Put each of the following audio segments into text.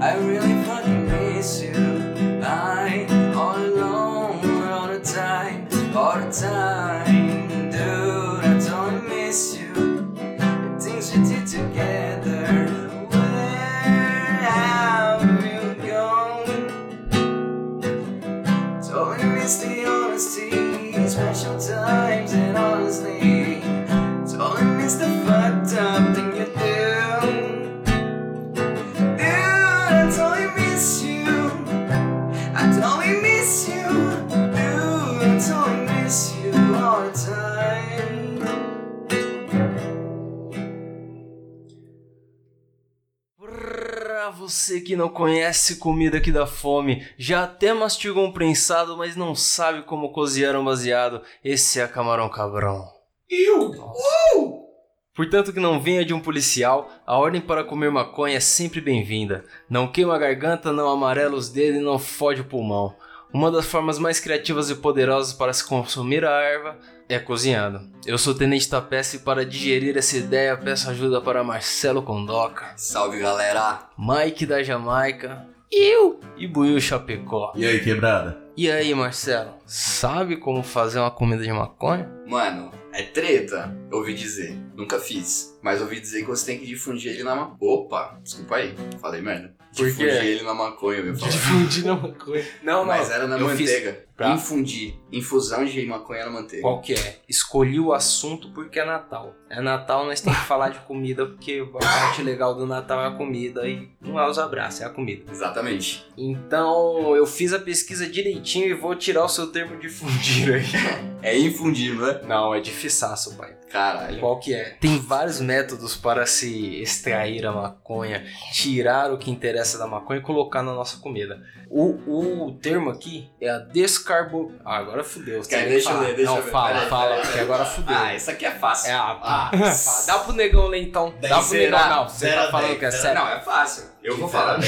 I really fucking miss you. I all alone all the time, all the time, dude. I don't miss you. The things we did together. Where have you gone? Don't really miss the honesty, special times, and honestly, totally miss the fucked up thing you do. Dude, I totally miss you. I totally miss you. Dude, I totally miss you all the time. Pra você que não conhece comida que dá fome, já até mastigou um prensado, mas não sabe como cozinhar um baseado, esse é camarão cabrão. Eu? Portanto, que não venha de um policial, a ordem para comer maconha é sempre bem-vinda. Não queima a garganta, não amarela os dedos e não fode o pulmão. Uma das formas mais criativas e poderosas para se consumir a erva é cozinhando. Eu sou o Tenente Tapeste e para digerir essa ideia peço ajuda para Marcelo Condoca, Salve galera! Mike da Jamaica, eu e Buiu Chapecó. E aí, quebrada? E aí, Marcelo, sabe como fazer uma comida de maconha? Mano, é treta, eu ouvi dizer. Nunca fiz. Mas ouvi dizer que você tem que difundir ele na maconha. Opa, desculpa aí, falei merda. Por quê? Difundir ele na maconha, meu falar. Difundir na maconha. Não, Mas era na eu fiz- manteiga. Tá. Infundir. Infusão de maconha na manteiga. Qual que é? Escolhi o assunto porque é Natal. É Natal, nós temos que falar de comida, porque a parte legal do Natal é a comida e não é os abraços, é a comida. Exatamente. Então, eu fiz a pesquisa direitinho e vou tirar o seu termo de fundir aí. É infundir, não é? Não, é difiçaço, pai. Caralho. Qual que é? Tem vários métodos para se extrair a maconha, tirar o que interessa da maconha e colocar na nossa comida. O, o termo aqui é a descarbo... Ah, agora fudeu. você Cara, tem que deixa eu falar. ler, deixa Não, eu ler. fala, Peraí, fala, peraí, porque peraí. agora fudeu. Ah, isso aqui é fácil. É, ah, Ah, pá. dá pro negão ler então. Daí Dá pro será? negão, não. Você Será tá falando daí? que é Será? sério? Não, é fácil. Eu vou Então. falar, né?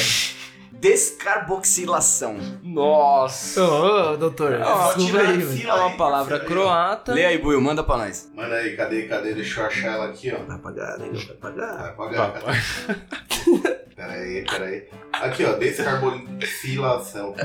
Descarboxilação. Nossa. Ô, ô, É doutor, Ó, desculpa aí, mano. É uma palavra croata. Lê aí, Buio, manda pra nós. Mano, aí, cadê, cadê? Deixa eu achar ela aqui, ó. Vai pagar, né? Vai pagar. Vai Tá apagar. Pera aí, pera aí. Aqui, ó, descarbonilação.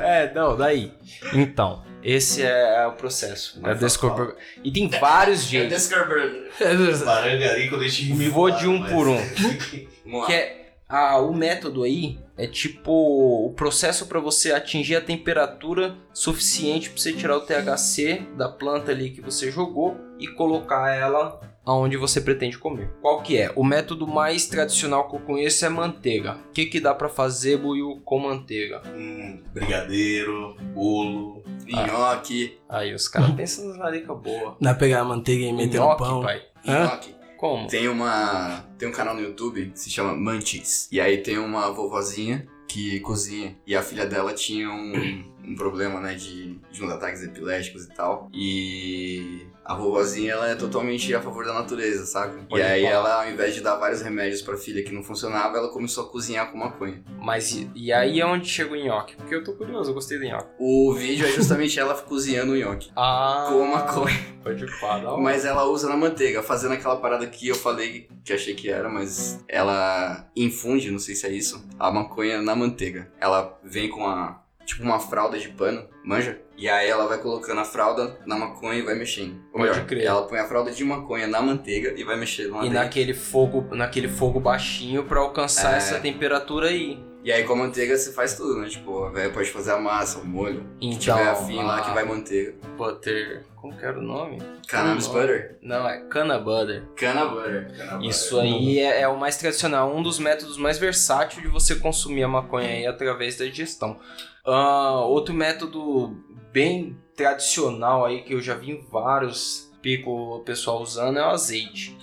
É, não, daí. Então, esse é o processo. Mas É descarbo... fala. E tem É, vários jeitos. descarboxilação. Barangarico, deixa eu me Vou falar, de um mas- por um. Vamos lá. Que é, ah, o método aí é tipo o processo para você atingir a temperatura suficiente para você tirar o THC da planta ali que você jogou e colocar ela aonde você pretende comer. Qual que é? O método mais tradicional que eu conheço é manteiga. O que que dá para fazer buiu com manteiga? Hum, brigadeiro, bolo. Nhoque. Aí os caras pensam nas narica boa. Dá pra pegar a manteiga e meter no Nhoque, pão. pai. Hã? Nhoque. Como? Tem uma. Tem um canal no YouTube que se chama Mantis. E aí tem uma vovozinha que cozinha. E a filha dela tinha um, um problema, né? De, de uns ataques epiléticos e tal. E a vovozinha ela é totalmente a favor da natureza, saca? Pode e aí falar. ela, ao invés de dar vários remédios pra filha que não funcionava, ela começou a cozinhar com maconha. Mas e, e aí é onde chega o nhoque? Porque eu tô curioso, eu gostei do nhoque. O vídeo é justamente ela cozinhando o nhoque. Ah, Com maconha. Pode falar. da hora. Mas ela usa na manteiga, fazendo aquela parada que eu falei que achei que era, mas ela infunde, não sei se é isso, a maconha na manteiga. Ela vem com uma, tipo uma fralda de pano, manja? E aí ela vai colocando a fralda na maconha e vai mexendo. Ou Pode melhor, crer. ela põe a fralda de maconha na manteiga e vai mexendo lá E dentro. naquele fogo, naquele fogo baixinho pra alcançar É. essa temperatura aí. E aí com a manteiga você faz tudo, né? Tipo, a véia pode fazer a massa, o molho, que Então, tiver afim lá que a vai manteiga. butter, como que era o nome? Cannabis Hum. butter? Não, é cana butter. Cana butter. Isso aí é, é o mais tradicional, um dos métodos mais versátil de você consumir a maconha aí através da digestão. Ah, outro método bem tradicional aí que eu já vi em vários pico o pessoal usando é o azeite.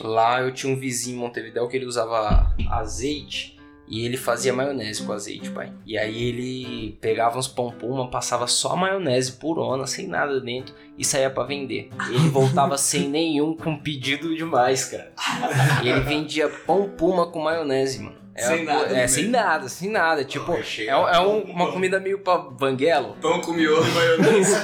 Lá eu tinha um vizinho em Montevidéu que ele usava azeite e ele fazia maionese com azeite, pai. E aí ele pegava uns pão puma, passava só maionese purona, sem nada dentro e saía pra vender. Ele voltava sem nenhum com pedido demais, cara. E ele vendia pão puma com maionese, mano. É Sem uma co- nada no É, sem meio. nada, sem nada. Tipo, é, Chega. é um- uma comida meio pra banguelo. Pão com miolo e maionese.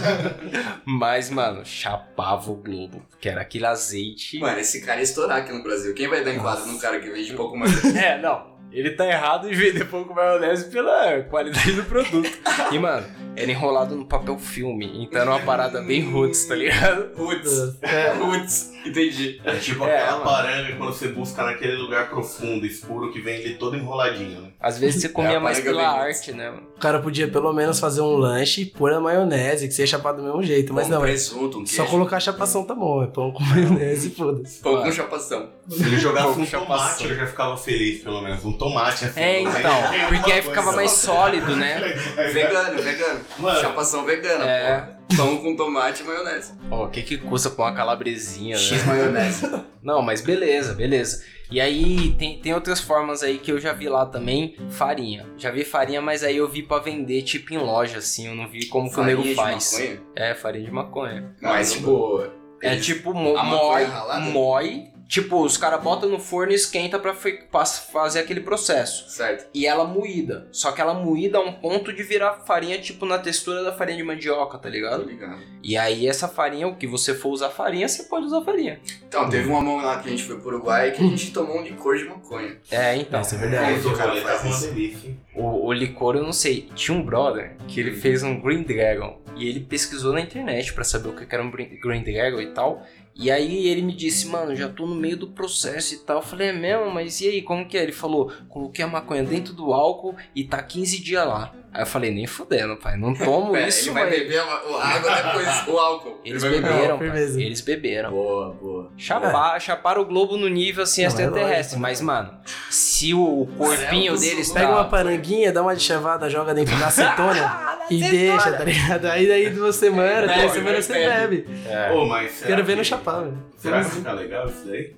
Mas, mano, chapava o globo. Que era aquele azeite. Mano, esse cara ia estourar aqui no Brasil. Quem vai dar enquadro num cara que vende pouco mais? É, não. Ele tá errado e vende pouco maionese pela qualidade do produto. E, mano, era enrolado no papel filme. Então era uma parada bem roots, tá ligado? Putz. É. Roots. Entendi. É tipo É, aquela mano. paranga quando você busca naquele lugar profundo, escuro, que vem ele todo enroladinho, né? Às vezes você É, comia a mais paranga pela bem roots. arte, né? mano? O cara podia pelo menos fazer um lanche e pôr a maionese, que você ia chapar do mesmo jeito. Mas um não, é presunto, um queijo. só colocar a chapação tá bom. É pão com maionese e foda-se. Pão Ah. com chapação. Se ele jogasse Pouco um chapação. tomate, eu já ficava feliz, pelo menos. Um tomate assim. É, não sei. então. Porque aí Alguma ficava coisa. mais sólido, né? É, Vegano, vegano. Mano. Chapação vegana. É. pô. Pão com tomate e maionese. Ó, o que que custa pra uma calabresinha, né? X maionese. Não, mas beleza, beleza. E aí tem, tem outras formas aí que eu já vi lá também, farinha. Já vi farinha, mas aí eu vi pra vender tipo em loja, assim, eu não vi como que o Farinha nego de faz. maconha? É, farinha de maconha. Mas, tipo, É tipo mo A mói, maconha ralada? mói. Tipo, os caras botam no forno e esquenta pra, fe- pra fazer aquele processo. certo. E ela moída. Só que ela moída a um ponto de virar farinha, tipo, na textura da farinha de mandioca, tá Tô ligado? ligado. E aí essa farinha, o que você for usar farinha, você pode usar farinha. Então, teve uma mão lá que a gente foi pro Uruguai que a gente tomou um licor de maconha. É, então. Isso é É, verdade. mas o cara tá tava uma assim. Faz isso. delícia, hein? O, o licor, eu não sei. Tinha um brother que ele fez um Green Dragon. E ele pesquisou na internet pra saber o que que era um Green Green Dragon e tal. E aí ele me disse, mano, já tô no meio do processo e tal. Eu falei, é mesmo? Mas e aí, como que é? Ele falou, coloquei a maconha dentro do álcool e tá 15 dias lá. Aí eu falei, nem fudendo, pai. Não tomo Pera, isso, ele vai velho. beber a, a água depois o álcool. Eles Ele vai beber- beberam, Não, cara. firmeza. É. Eles beberam. Boa, boa. Chapar, chaparam o globo no nível assim Não, é extraterrestre. lógico, mas, mano, se o, o corpinho Céu do deles sul. Pega tá- uma paranguinha, dá uma de chavada, joga dentro da acetona Ah, e deixa, tá ligado? Aí daí duas semanas, Bebe, três semanas você bebe. bebe. É. Ô, mas será Quero ver que- no chapar, velho. Será que fica legal isso daí?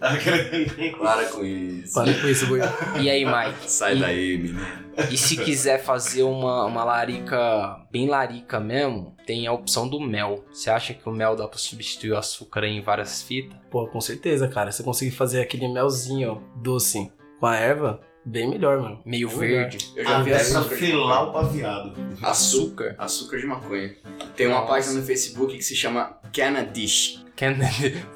Tá Para com isso. Para com isso, boi. E aí, Mike? Sai E- daí, menino. E se quiser fazer uma, uma larica bem larica mesmo, tem a opção do mel. Você acha que o mel dá pra substituir o açúcar em várias fitas? Pô, com certeza, cara. Se eu conseguir fazer aquele melzinho doce com a erva, bem melhor, mano. Meio Melhor. verde. Ah, Eu já vi Até pra açúcar. de filar maconha. o baseado. Açúcar? Açúcar de maconha. Tem uma Nossa. página no Facebook que se chama Canadish. Que é-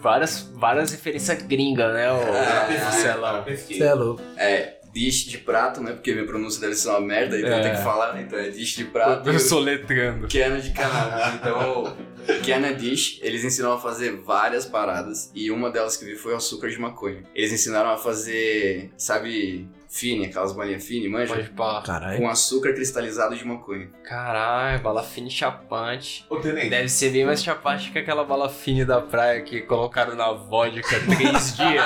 várias, várias referências gringas, né? ô- Ah, Marcelão? Você é louco. É, dish de prato, né? Porque minha pronúncia deve ser uma merda, então É. eu tenho que falar, né? Então é dish de prato. e Eu o- soletrando. Kenna de Canadá. Então, Kenna Dish, eles ensinam a fazer várias paradas e uma delas que vi foi o açúcar de maconha. Eles ensinaram a fazer, sabe, fine, aquelas bolinhas fine, manja? Pode pá. Caralho. Com açúcar cristalizado de maconha. Caralho, bala fine chapante. é- Ô, Tenente, Deve ser bem mais chapante que aquela bala fine da praia que colocaram na vodka três dias.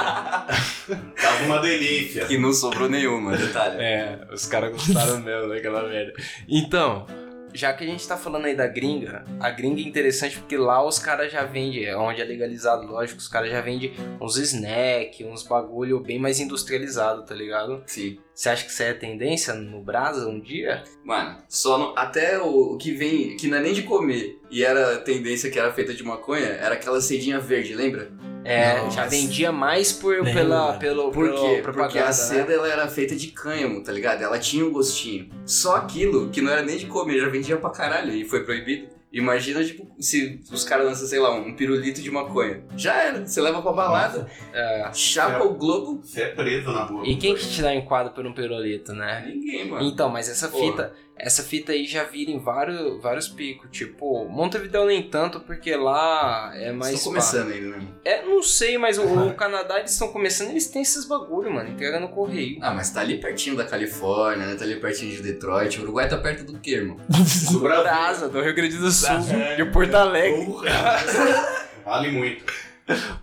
tava uma tá delícia. Que não sobrou nenhuma, detalhe. É, os caras gostaram mesmo daquela merda. Então, já que a gente tá falando aí da gringa, a gringa é interessante porque lá os caras já vendem, é onde é legalizado, lógico, os caras já vendem uns snack, uns bagulho bem mais industrializado, tá ligado? Sim. Você acha que isso aí é tendência no Brasa um dia? Mano, só no- até o, o que vem, que não é nem de comer, e era a tendência que era feita de maconha, era aquela cedinha verde, lembra? É, Nossa. já vendia mais por, Lembra. pela, pelo, Por pela quê? propaganda, Porque a né? seda ela era feita de cânhamo, tá ligado? Ela tinha um gostinho. Só aquilo que não era nem de comer, já vendia pra caralho e foi proibido. Imagina, tipo, se os caras lançam, sei lá, um pirulito de maconha. Já era, você leva pra balada, É. chapa o globo, Você é preso na rua. E quem que te dá enquadro por um pirulito, né? é ninguém, mano. Então, mas essa Porra. fita, essa fita aí já vira em vários, vários picos. Tipo, Montevideo nem tanto, porque lá é mais. Estão começando ainda, né? pá. É, não sei, mas o, o Canadá eles estão começando, eles têm esses bagulho, mano. Entrega no correio. Ah, mas tá ali pertinho da Califórnia, né? Tá ali pertinho de Detroit. O Uruguai tá perto do quê, irmão? Do Brasil. Brasa, do Rio Grande do Sul, É. de Porto Alegre. Porra. Vale muito.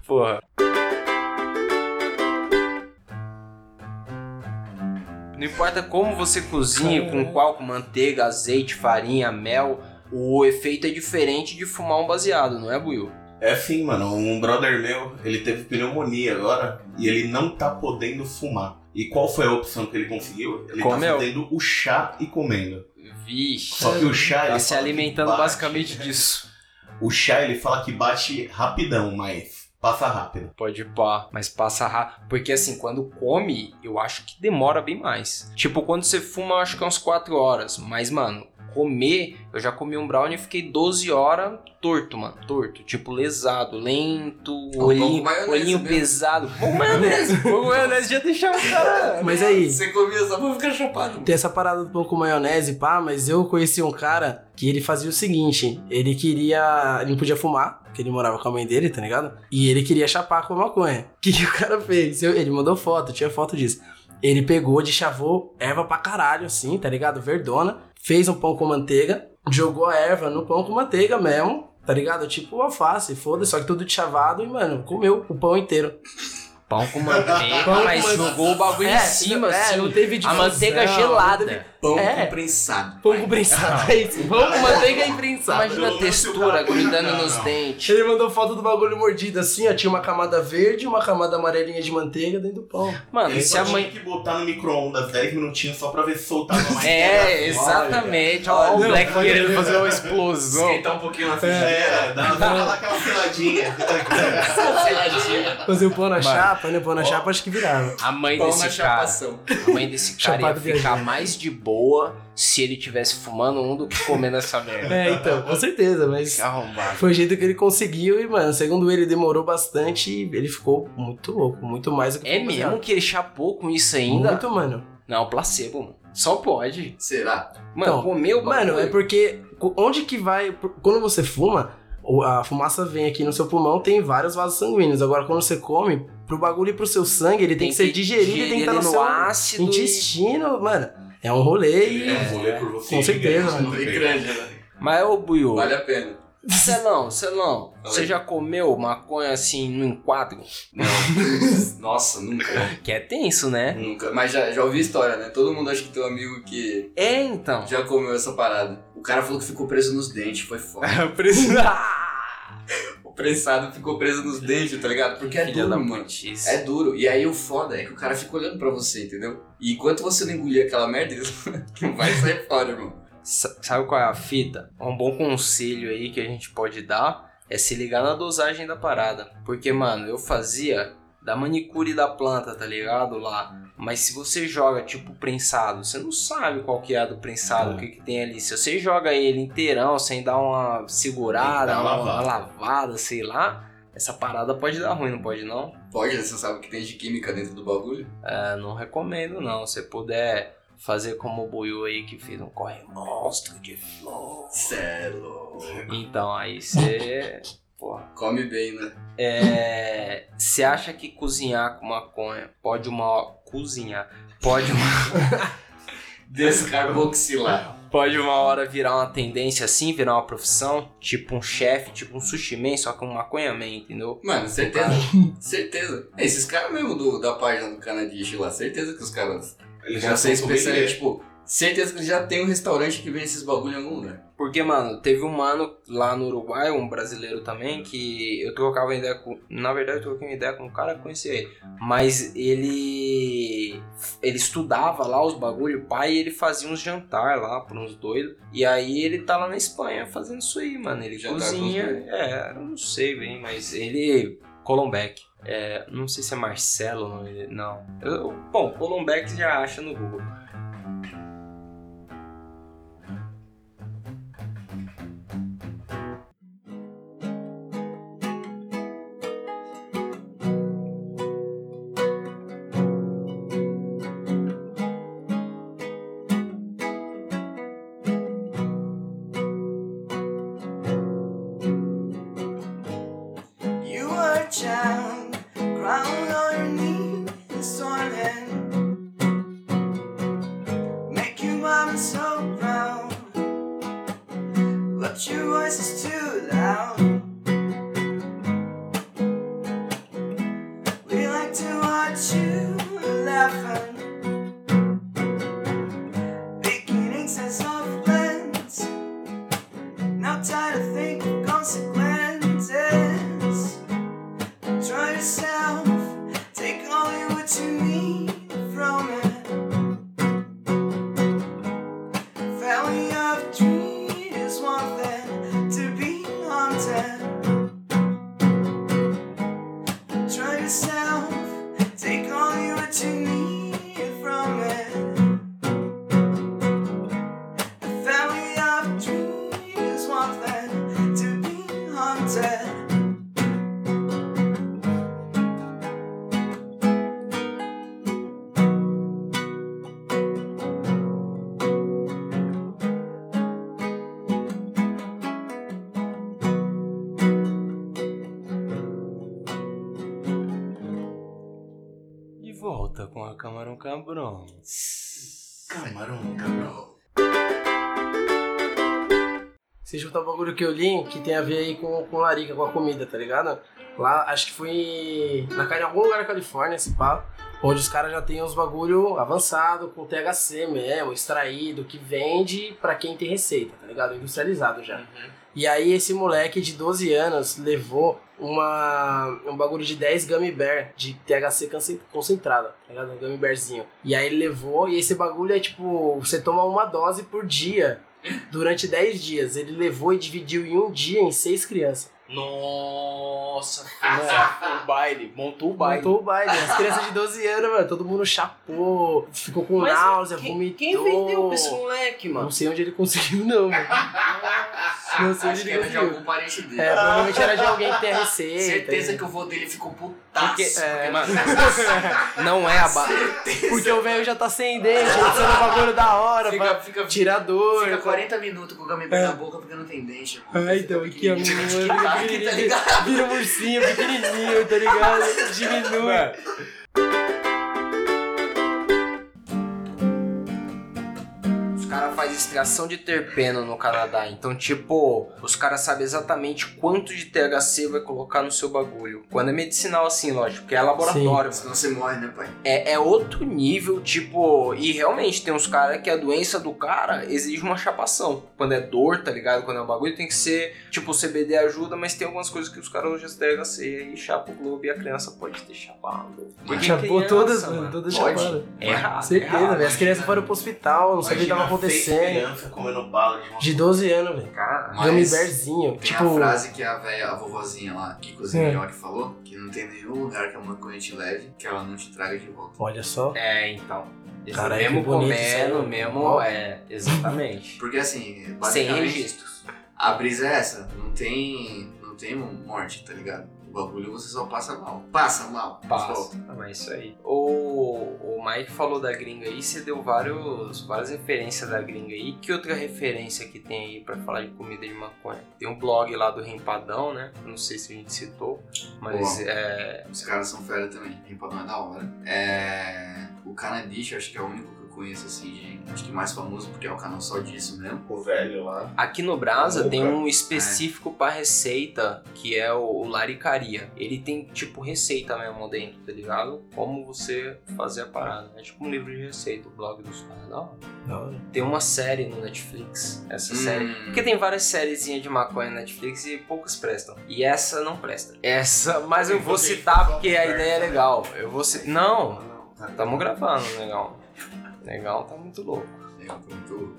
Porra. Não importa como você cozinha, com qual, com manteiga, azeite, farinha, mel, o efeito é diferente de fumar um baseado, não é, Buiu? É assim, mano. Um brother meu, ele teve pneumonia agora e ele não tá podendo fumar. E qual foi a opção que ele conseguiu? Ele Comeu. tá fazendo o chá e comendo. Vixe. Só que o chá. Tá ele se fala que alimentando bate- basicamente disso. O chá ele fala que bate rapidão, mas passa rápido. Pode pá, mas passa rápido. Porque assim, quando come, eu acho que demora bem mais. Tipo, quando você fuma, eu acho que é uns 4 horas. Mas, mano, comer, eu já comi um brownie e fiquei 12 horas torto, mano. Torto. Tipo, lesado, lento, pão com olhinho, maionese olhinho mesmo. pesado. Pão maionese. Pão maionese já deixava o cara. Mas é aí, Você comia só pra ficar chapado. Tem essa parada do pão com maionese, pá, mas eu conheci um cara que ele fazia o seguinte: ele queria. Ele não podia fumar, porque ele morava com a mãe dele, tá ligado? E ele queria chapar com a maconha. O que, que o cara fez? Eu- ele mandou foto, tinha foto disso. Ele pegou, deschavou erva pra caralho, assim, tá ligado? Verdona, fez um pão com manteiga, jogou a erva no pão com manteiga mesmo, tá ligado? Tipo alface, foda-se, só que tudo deschavado e, mano, comeu o pão inteiro. Pão com manteiga. Pão com mas manteiga. jogou o bagulho É, em cima, é, assim. não teve a manteiga difusão, gelada. não teve- Pão É. com prensado. Pão com prensado, é isso. Pão com manteiga e prensado. Imagina Pelo a menos o textura cara- grudando Não, nos não. dentes. Ele mandou foto do bagulho mordido assim, ó. Tinha uma camada verde e uma camada amarelinha de manteiga dentro do pão. Mano, Ele e se só a tinha mãe. que botar no micro-ondas 10 minutinhos só pra ver se soltava mais. É, exatamente. Olha o Black querendo fazer uma explosão. Esquentar um pouquinho na É, ficha. dá, dá lá aquela seladinha. Seladinha. Fazer o pão na Mano. chapa, né? Pão na chapa acho que virava. A mãe Pão na assim. desse cara. chapação. A mãe desse cara ia Chapado ficar viajante. mais de boa se ele tivesse fumando um do que comendo essa merda. É, então, com certeza, mas. Que arrombado. Foi o jeito que ele conseguiu e, mano, segundo ele, demorou bastante e ele ficou muito louco, muito mais do que É o rapaziada. mesmo que ele chapou com isso ainda? Muito, mano. Não, placebo, mano. Só pode. Será? Mano, Então, comeu, Mano, é porque co- onde que vai. por- Quando você fuma, o- a fumaça vem aqui no seu pulmão, tem vários vasos sanguíneos. Agora, quando você come, pro bagulho ir pro seu sangue, ele tem, que ser digerido e tem que estar no, no seu ácido. e- Intestino, mano, é um rolê e. É, vou ler por você. Com certeza, gigante, mano. não Falei tem grande, né? Mas ô Buiú, Vale a pena. Celão, Celão, Oi. você já comeu maconha assim no enquadro? Não. Nossa, nunca. Que é tenso, né? Nunca. Mas já, já ouvi história, né? Todo mundo acha que tem um amigo que É então. já comeu essa parada. O cara falou que ficou preso nos dentes, foi foda. O prensado ficou preso nos dentes, tá ligado? Porque é Filha duro, da mano. putice. É duro. E aí o foda é que o cara fica olhando pra você, entendeu? E enquanto você não engolir aquela merda, ele não vai sair fora, irmão. Sa- Sabe qual é a fita? Um bom conselho aí que a gente pode dar é se ligar na dosagem da parada. Porque, mano, eu fazia da manicure da planta, tá ligado? Lá. Mas se você joga, tipo, prensado, você não sabe qual que é a do prensado, o que, que tem ali. Se você joga ele inteirão, sem dar uma segurada, Tem que dar uma, uma uma lavada, sei lá, essa parada pode dar ruim, não pode não? Pode, né? Você sabe o que tem de química dentro do bagulho? Eu não recomendo, não. Se você puder fazer como o Buiu aí, que fez um corre monstro de flor. é Celo. Então, aí você. Porra. Come bem, né? É. Você acha que cozinhar com maconha pode uma. Cozinhar. Pode uma, Descarboxilar. pode uma hora virar uma tendência assim, virar uma profissão? Tipo um chefe, tipo um sushi man, só que um maconha man, entendeu? Mano, certeza. certeza. É, esses caras mesmo do, da página do Canadish lá, certeza que os caras Ele já são soube ler. especialistas, tipo, certeza que já tem um restaurante que vende esses bagulho em algum lugar. Porque, mano, teve um mano lá no Uruguai, um brasileiro também, que eu trocava ideia com. Na verdade, eu troquei uma ideia com um cara que conhecia ele. Mas ele. Ele estudava lá os bagulho, pai, e ele fazia uns jantar lá por uns doidos. E aí ele tá lá na Espanha fazendo isso aí, mano. Ele tá Jantar com os cozinha. doidos. É, eu não sei bem, mas ele. Colombeck. É, não sei se é Marcelo o nome dele. Não. Eu- bom, Colombeck já acha no Google. You are a child, crown on your knee, swollen. Make your mama so proud, but your voice is too loud. We like to watch you laughing, beginnings and soft plans. Now tired of thinking consequences. Try yourself, take only what you need from it. Valley of dreams is one thing to be haunted. Try yourself, take all volta com a Camarão Cabrão. Camarão, um cabrão. Você escutar o um bagulho que eu li, que tem a ver aí com, com larica, com a comida, tá ligado? Lá, acho que foi na, Cali- em algum lugar da Califórnia, esse pá, onde os caras já têm uns bagulho avançado, com THC mesmo, extraído, que vende pra quem tem receita, tá ligado? Industrializado já. E aí esse moleque de 12 anos levou uma, um bagulho de 10 gummy bear de THC conce- concentrado, tá ligado? Um gummy bearzinho. E aí ele levou, e esse bagulho é tipo, você toma uma dose por dia durante 10 dias. Ele levou e dividiu em um dia em seis crianças. Nossa, Mano, o baile, montou o baile. montou o baile. As crianças de 12 anos, mano, todo mundo chapou, ficou com Mas náusea, Quem, vomitou. quem vendeu pra esse moleque, mano? Não sei onde ele conseguiu, não, mano. Não sei onde Acho que ele era de conseguiu. algum parente dele. É, provavelmente era de alguém que tem a É. receita. né? Certeza hein? que o vô dele ficou putaço. Porque- é, Mano, não é a base. Porque o velho já tá sem dente, lançando bagulho da hora, Fica, pra fica, tirar dor. fica tá? 40 minutos com o gummy bear na boca porque não tem dente, irmão. Ah, então, aqui, ó, menino, Tá pequenininho, ligado? vira um ursinho pequenininho, tá ligado? Diminui. Os caras fazem extração de terpeno no Canadá. Então, tipo, os caras sabem exatamente quanto de THC vai colocar no seu bagulho. Quando é medicinal, assim, lógico, porque é laboratório. mano. Senão você morre, né, pai? É, é outro nível, tipo. E realmente, tem uns caras que a doença do cara exige uma chapação. Quando é dor, tá ligado? Quando é um bagulho, tem que ser. Tipo, o CBD ajuda, mas tem algumas coisas que os caras usam de THC e chapa o globo e a criança pode ter chapado. Porque Chapou criança, todas, mano, mano, todas pode. chapadas. É errado. é Certeza, errado. velho. As crianças foram pro hospital, não sabia o que tava Imagina seis né? acontecendo. crianças comendo bala de uma De 12 anos, velho. Cara, Mas Gummy bearzinho. Tem Tipo, a frase que a velha, a vovozinha lá, que É. cozinha que falou, que não tem nenhum lugar que a maconha te leve, que ela não te traga de volta. olha só. É, então. Eles Caralho, mesmo é que bonito isso aí, comendo, mano. mesmo. Ó. É, exatamente. Porque assim, Sem basicamente, registros. a brisa é essa, não tem. não tem morte, tá ligado? O bagulho você só passa mal. Passa mal, mas volta. Passa. Ah, mas isso aí. O, o Mike falou da gringa aí, você deu vários, várias referências da gringa aí. Que outra referência que tem aí pra falar de comida de maconha? Tem um blog lá do Rempadão, né? Eu Não sei se a gente citou, mas Boa. é. Os caras são fera também, empadão é da hora. É. O Canadish, acho que é o único que eu conheço assim, de, acho que mais famoso, porque é o canal só disso mesmo. O velho lá. Aqui no Brasa Opa. tem um específico pra receita, que é o, o Laricaria. Ele tem, tipo, receita mesmo dentro, tá ligado? Como você fazer a parada. É tipo um livro de receita, o blog dos caras. é Da hora. Da hora. Tem uma série no Netflix. Essa série. Hum. Porque tem várias sériezinhas de maconha no Netflix e poucas prestam. E essa não presta. Essa, mas eu vou citar porque a ideia é legal. Eu vou citar. Não, tamo gravando, legal. Legal, tá muito louco. É, eu conto-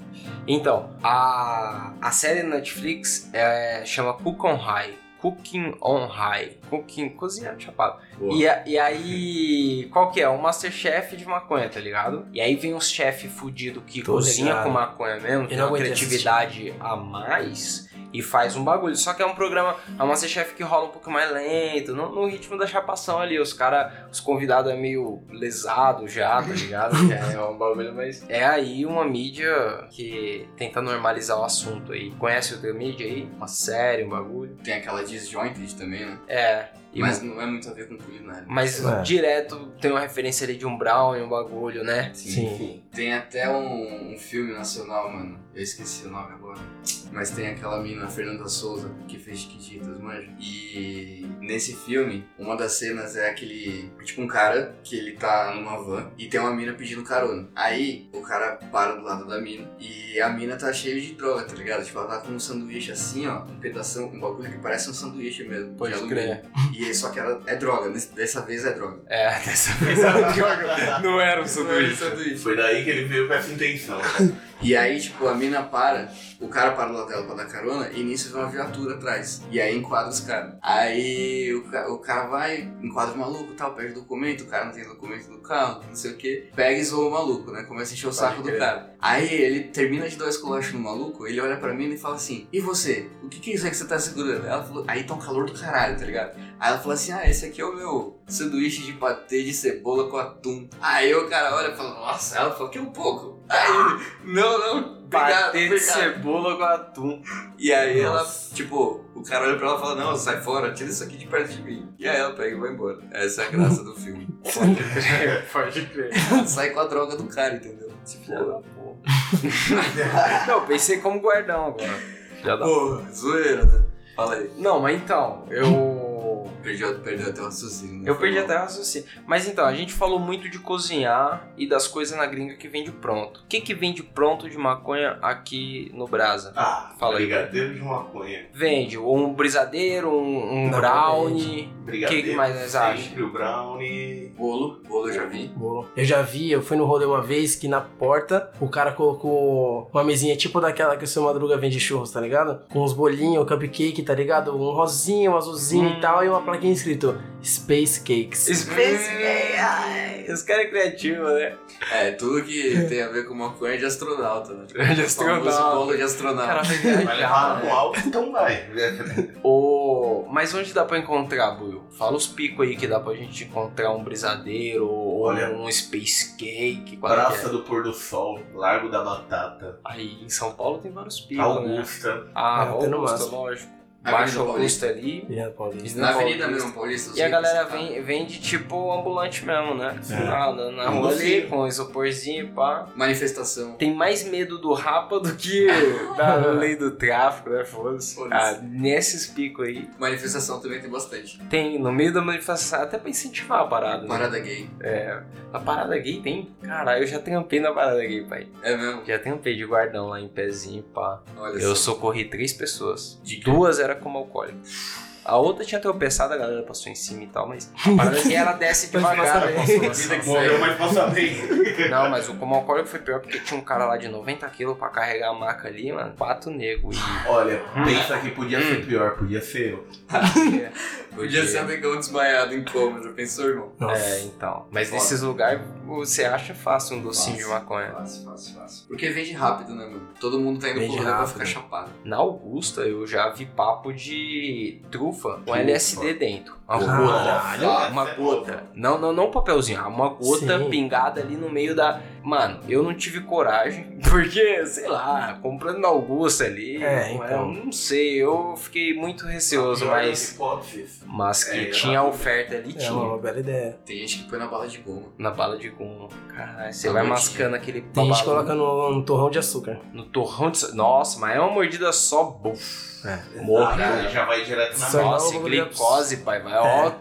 Então, a, a série no Netflix é, chama Cook on High. Cooking on High. Cooking, cozinhar chapado. Boa. E, a- e aí, qual que é? Um Masterchef de maconha, tá ligado? E aí vem uns chefe fudido que Tô cozinha ligado. com maconha mesmo, tem não uma aguento criatividade a mais e faz um bagulho. Só que é um programa, é um Masterchef que rola um pouco mais lento, no, no ritmo da chapação ali. Os caras, os convidados é meio lesado já, tá ligado? É, é um bagulho, mas. É aí uma mídia que tenta normalizar o assunto aí. Conhece outra mídia aí? Uma série, um bagulho. Tem aquela disjointed também, né? É. E Mas não é muito a ver com culinária. mas É. direto tem uma referência ali de um Brown e um bagulho, né? Sim. Enfim. Tem até um, um filme nacional, mano. Eu esqueci o nome agora. Mas tem aquela mina, Fernanda Souza, que fez Chiquititas, manja. E nesse filme, uma das cenas é aquele. Tipo, um cara que ele tá numa van e tem uma mina pedindo carona. Aí o cara para do lado da mina e a mina tá cheia de droga, tá ligado? Tipo, ela tá com um sanduíche assim, ó. Um pedaço, um bagulho que parece um sanduíche mesmo. de Pode alumínio. crer. E aí, só que ela é droga. nesse- Dessa vez é droga. É, dessa vez era droga. Não era um sanduíche. sanduíche. Foi daí que ele veio com essa intenção. E aí, tipo, a mina para, o cara para do lado dela pra dar carona, e nisso vem uma viatura atrás. E aí enquadra os caras. Aí o, ca- o cara vai, enquadra o maluco e tal, perde o documento, o cara não tem documento do carro, não sei o que. Pega e zoa o maluco, né? Começa a encher o saco do crer. cara. Aí ele termina de dar o esculacho no maluco, ele olha pra mina e fala assim: E você? O que, que é isso aí que você tá segurando? Ela falou: Aí tá um calor do caralho, tá ligado? Aí ela falou assim: Ah, esse aqui é o meu sanduíche de patê de cebola com atum. Aí o cara olha e fala: Nossa, ela falou que um pouco. Aí ele: Não, não, Obrigado, Patê de obrigado. cebola com atum. E aí ela, tipo, o cara olha pra ela e fala, não, sai fora, tira isso aqui de perto de mim. E aí ela pega e vai embora. Essa é a graça do filme. Pode crer. sai com a droga do cara, entendeu? Tipo, Não, pensei como guardão agora. Já dá. porra, zoeira, né? Fala aí. Não, mas então, eu. Perdeu, perdeu até o raciocínio. né? Eu Foi perdi mal. até o raciocínio. Mas então, a gente falou muito de cozinhar e das coisas na gringa que vende pronto. O que, que vende pronto de maconha aqui no Brasa? Ah, Fala aí. brigadeiro de maconha. Vende um brisadeiro, um, um Não, brownie. Brigadeiro. Que que mais nós sempre, acha? o brownie. Bolo, bolo eu já vi. Bolo. Eu já vi, eu fui no rolê uma vez que na porta o cara colocou uma mesinha tipo daquela que o seu Madruga vende churros, tá ligado? Com uns bolinhos, cupcake, tá ligado? Um rosinho, um azulzinho Hum. e tal, e uma plaquinha escrito Space Cakes. Hum. Space Os caras criativos, né? É, tudo que tem a ver com maconha é de astronauta, né? De O famoso astronauta. bolo de astronauta. Cara, Vai né? levar no alto, então vai. É. Ô, Mas onde dá pra encontrar, Buio? Fala os picos aí que dá pra gente encontrar um brisadeiro ou Olha. um space cake. qual que Praça é? do Pôr do Sol, Largo da Batata, Aí em São Paulo tem vários picos, né? Augusta. Ah, Ah, tem no Augusta, máximo. lógico. Avenida Baixo Augusta Paulista. ali. Obrigado, Paulinho. Na avenida mesmo, Paulista. os E a ricos. galera vem, vende tipo ambulante mesmo, né? É. Ah, na, na Um rua ali, docinho. com isoporzinho e pá. Manifestação. Tem mais medo do rapa do que da lei do tráfico, né? Foda-se. Foda-se. Ah, nesses picos aí. Manifestação também tem bastante. Tem, no meio da manifestação, até pra incentivar a parada. né? Parada gay. A parada gay tem? Caralho, eu já trampei na parada gay, pai. É mesmo? Já trampei de guardão lá em pezinho, pá. Olha Eu só. socorri três pessoas. Duas era como alcoólico. A outra tinha tropeçado, a galera passou em cima e tal, mas a parada gay ela desce devagar. Mas né? passa Vida que Morreu, segue. mas passa bem. Não, mas o como alcoólico foi pior porque tinha um cara lá de 90 quilos pra carregar a maca ali, mano. Quatro nego. E... Olha, Hum. pensa que podia ser pior, podia ser eu. Podia ser amigão desmaiado em coma, já pensou, irmão? É, então. Mas nesses lugares você acha fácil um docinho de maconha. Fácil, fácil, fácil. Porque vende rápido, né, mano? Todo mundo tá indo Vende pro rolê pra rápido. ficar chapado. Na Augusta eu já vi papo de trufa com Trufa. LSD dentro. Uma Ah, gota. Caralho. Nossa, Uma essa é gota. Não, não, não um papelzinho. ah, Uma gota Sim. pingada ali no meio da. Mano, eu não tive coragem. Porque, sei lá, comprando na Augusta ali. É, não, então. eu não sei. Eu fiquei muito nova. receoso, Pior das mas. hipóteses. Mas que É, tinha ela- oferta ali, É tinha. uma bela ideia. Tem gente que põe na bala de goma. Na bala de goma. Caralho, você Na vai mordida. mascando aquele Tem gente que babalu coloca no, no torrão de açúcar. no torrão de. sa- Nossa, mas é uma mordida só. Buf. É. Morreu. Caralho, já vai direto na Só- mão. Nossa, não, e eu vou olhar- glicose, pai. Vai, É. ó.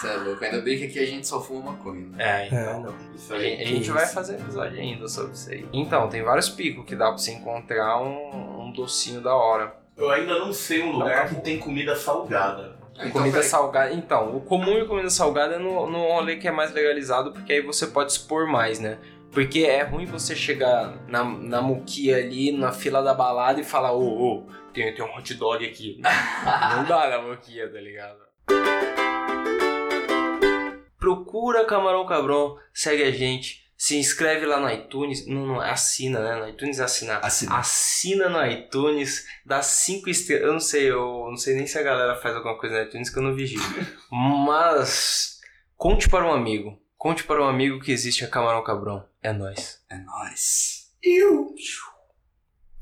Cê é louco. Ainda bem que aqui a gente só fuma maconha. né? É, É, então. não. Isso A aí. gente, a gente Que vai isso. fazer episódio ainda sobre isso aí. Então, tem vários picos que dá pra você encontrar um, um docinho da hora. Eu ainda não sei um Não, lugar acabou. que tem comida salgada. Ah, então, comida peraí. salgada. Então, o comum e comida salgada é no, no rolê que é mais legalizado, porque aí você pode expor mais, né? Porque é ruim você chegar na, na muquia ali, na fila da balada e falar, ô, ô, tem, tem um hot dog aqui. Não dá na muquia, tá ligado? Procura Camarão Cabrão, segue a gente, se inscreve lá no iTunes, não, não, assina, né? No iTunes é assinar. Assina. Assina no iTunes, dá cinco estrelas. Eu não sei, eu não sei nem se a galera faz alguma coisa no iTunes que eu não vigio. Mas conte para um amigo. Conte para um amigo que existe a Camarão Cabrão. É nóis. É nóis. Eu.